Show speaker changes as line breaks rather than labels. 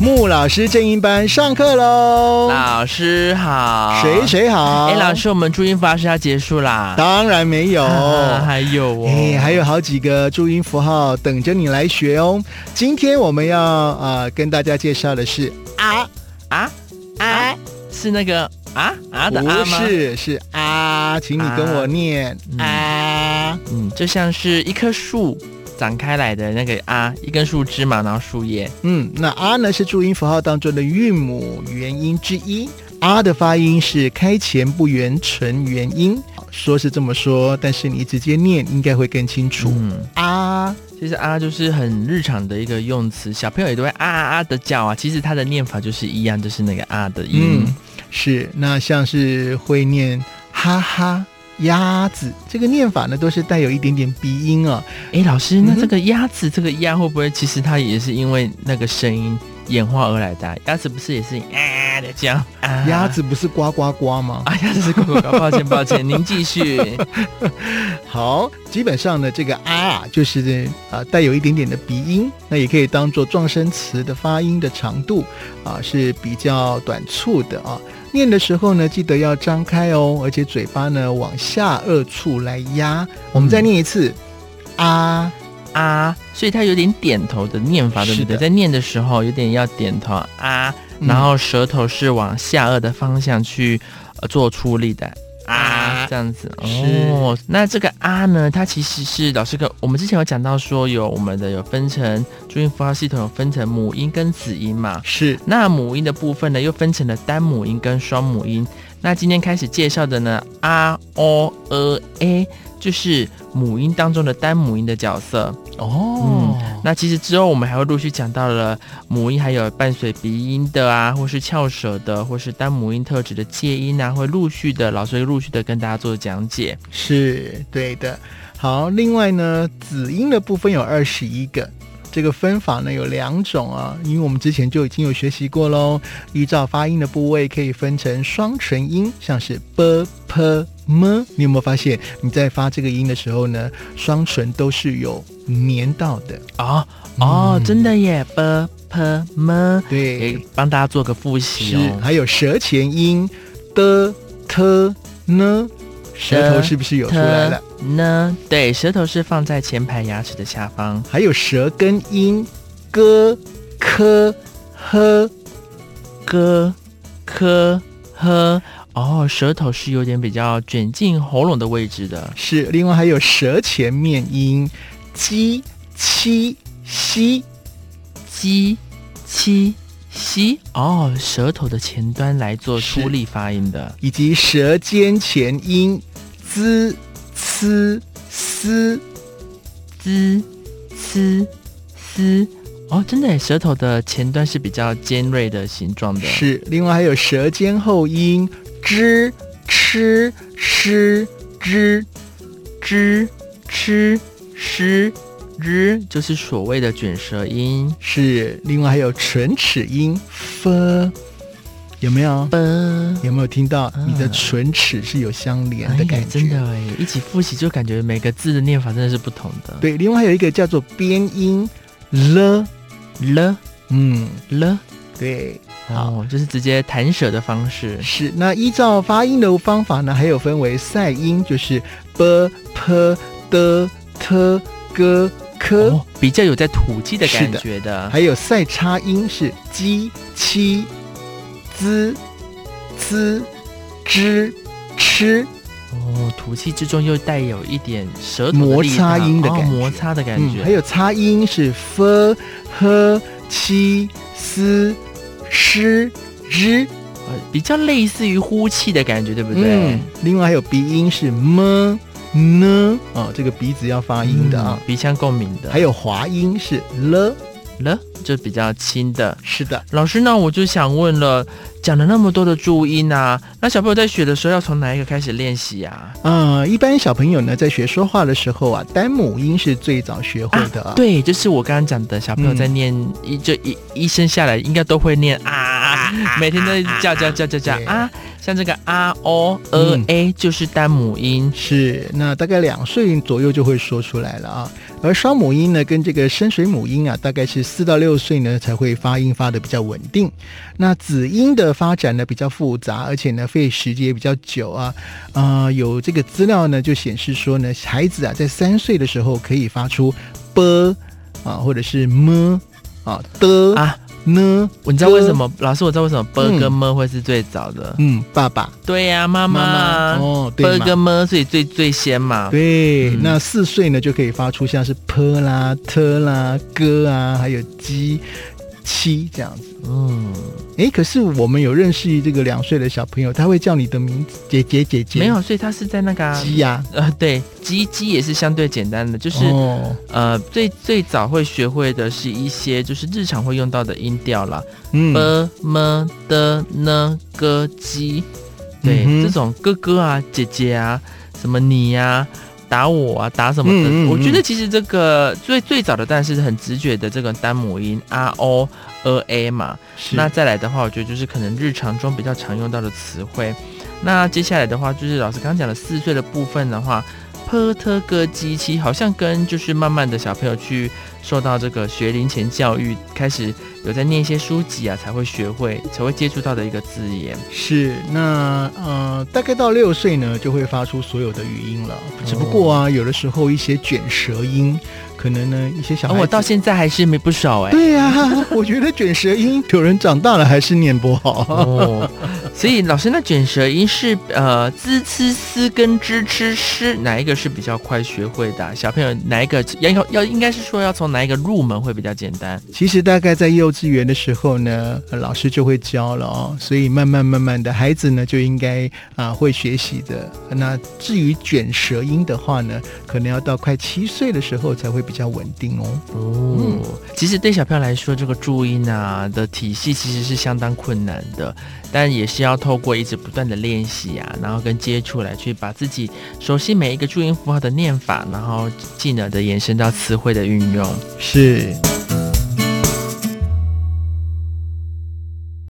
穆老师正音班上课喽！
老师好，
哦谁？谁好？
哎，老，师，我们注音符号是要结束啦。
当然没 有。
啊还有哦，
哦哎，还有好几个注音符号等着你来学哦。今天我们要啊、呃跟大家介绍的是啊，
啊啊，是那个啊啊的啊
不
吗？，
是是啊，请你跟我念
嗯
啊。
嗯，就像是一棵树长开来的那个啊，一根树枝嘛，然后树叶。
嗯，那啊呢是注音符号当中的韵母元音之一。啊的发音是开前不圆唇元音，说是这么说，但是你直接念应该会更清楚。
嗯，
啊，
其实啊就是很日常的一个用词，小朋友也都会啊啊啊的叫啊。其实它的念法就是一样，就是那个啊的音。
嗯，是。那像是会念哈哈、鸭子这个念法呢，都是带有一点点鼻音啊、
哎，老师，
嗯
那
哼
这个鸭子这个鸭会不会其实它也是因为那个声音演化而来的啊、鸭子不是也是啊的叫？啊
鸭子不是呱呱呱吗？
啊，鸭子是狗狗狗，抱歉抱歉，您继续。
好，基本上呢，这个啊就是啊、呃带有一点点的鼻音，那也可以当做撞声词的发音的长度啊、是比较短促的啊。念的时候呢，记得要张开哦，而且嘴巴呢往下颚处来压。我们再念一次、啊，
啊，所以它有点点头的念法，对不
是的
对？在念的时候有点要点头啊，
嗯
然后舌头是往下颚的方向去、呃、做出力的。啊，这样子哦。那这个啊呢，它其实是老师跟我们之前有讲到说，有我们的有分成注音符号系统有分成母音跟子音嘛。
是
那母音的部分呢，又分成了单母音跟双母音。那今天开始介绍的呢，啊、o、呃、a，就是母音当中的单母音的角色。
哦
那其实之后我们还会陆续讲到了母音，还有伴随鼻音的啊，或是翘舌的，或是单母音特质的介音啊，会陆续的，老师会陆续的跟大家做讲解。
是对的。好，另外呢，子音的部分有二十一个，这个分法呢有两种啊，因为我们之前就已经有学习过喽。依照发音的部位可以分成双唇音，像是 b p m，你有没有发现你在发这个音的时候呢，双唇都是有粘到的？
哦哦，
嗯
真的耶，b p m，也
对，
帮大家做个复习
是
哦。
还有舌前音的 t n，舌头是不是有出来了？
呢？对，舌头是放在前排牙齿的下方。
还有舌根音 g k h。
咯、科、呵，哦，舌头是有点比较卷进喉咙的位置的。
是，另外还有舌前面音 j、七、西，
鸡、七、西，哦，舌头的前端来做
是
出力发音的。
以及舌尖前音 z、c、s。
滋、呲、丝，哦，真的耶，舌头的前端是比较尖锐的形状的。
是，另外还有舌尖后音 z、吃、诗、之。
知、吃、诗、日，就是所谓的卷舌音。
是，另外还有唇齿音 f，有没有？
啵
有没有听到
嗯
你的唇齿是有相连
哎
的
呀
感觉？
真的哎，一起复习就感觉每个字的念法真的是不同的。
对，另外还有一个叫做边音了，
了
嗯，
了，
对，好。
哦，就是直接弹舌的方式。
是，那依照发音的方法呢，还有分为塞音，就是 b p d t g k，、
哦，比较有在吐气的
是
感
的
觉的。
还有塞插音是 j、q、z、z、z、ch。
哦，吐气之中又带有一点舌头
摩
力
擦
道
音的
哦
感觉
摩擦的感
嗯，
觉。
还有擦音是 f、h、q、s、sh、r，
呃比较类似于呼气的感觉，对不对
嗯？，另外还有鼻音是 m、n，哦，这个鼻子要发音的啊。
嗯鼻腔共鸣的。
还有滑音是了，
了，就比较轻的。
是的。
老师，那我就想问了，讲了那么多的注音啊，那小朋友在学的时候要从哪一个开始练习啊？
呃，一般小朋友呢在学说话的时候啊，单母音是最早学会的、啊。
对，就是我刚刚讲的，小朋友
嗯
在念一、 就一一生下来应该都会念啊，每天都叫叫叫叫叫
对
啊，像这个 r o e a 就是单母音。
是，那大概两岁左右就会说出来了啊。而双母音呢，跟这个深水母音啊，大概是四到六岁呢才会发音发的比较稳定。那子音的发展呢比较复杂，而且呢费时间也比较久啊。啊，有这个资料呢就显示说呢，孩子啊在三岁的时候可以发出 b 啊，或者是 m 啊的
啊
呢。
我你知道为什么？老师，我知道为什么 b 跟 m 会是最早的。
嗯，爸爸、
对呀、妈
妈妈
妈
哦，对
，b
嘛
跟 m 所以最最先嘛。
对，
嗯
那四岁呢就可以发出像是 p 啦、t 啦、g 啊，还有 g、七这样子。
嗯，
诶，可是我们有认识这个两岁的小朋友，他会叫你的名字，姐姐姐姐，
没有，所以它是在那个啊、
鸡呀、
呃，对，鸡鸡也是相对简单的，就是、
哦，
呃，最最早会学会的是一些就是日常会用到的音调啦，
嗯
b m 的呢歌鸡，对，
嗯哼
这种哥哥啊、姐姐啊、什么你呀、打我啊、打什么的，
嗯嗯嗯
我觉得其实这个最最早的，但是很直觉的这个单母音 r o e a 嘛，
是
那再来的话，我觉得就是可能日常中比较常用到的词汇。那接下来的话，就是老师刚刚讲的四岁的部分的话。p t 歌机器好像跟就是慢慢的小朋友去受到这个学龄前教育，开始有在念一些书籍啊，才会学会，才会接触到的一个字眼。
是那呃，大概到六岁呢就会发出所有的语音了。只不过
哦
啊，有的时候一些卷舌音，可能呢一些小
而、
孩子、
哦我到现在还是没不少哎、
对呀、 我觉得卷舌音有人长大了还是念不 好。
哦，所以老师，那卷舌音是呃滋呲丝跟吱吃诗哪一个是比较快学会的啊、小朋友哪一个要要要应该是说要从哪一个入门会比较简单？
其实大概在幼稚园的时候呢，呃老师就会教了哦，所以慢慢慢慢的，孩子呢就应该啊、会学习的。那至于卷舌音的话呢，可能要到快七岁的时候才会比较稳定哦。
哦，其实对小朋友来说，这个注音啊的体系其实是相当困难的，但也是要透过一直不断的练习啊，然后跟接触来去把自己熟悉每一个注音符号的念法，然后进而的延伸到词汇的运用。
是。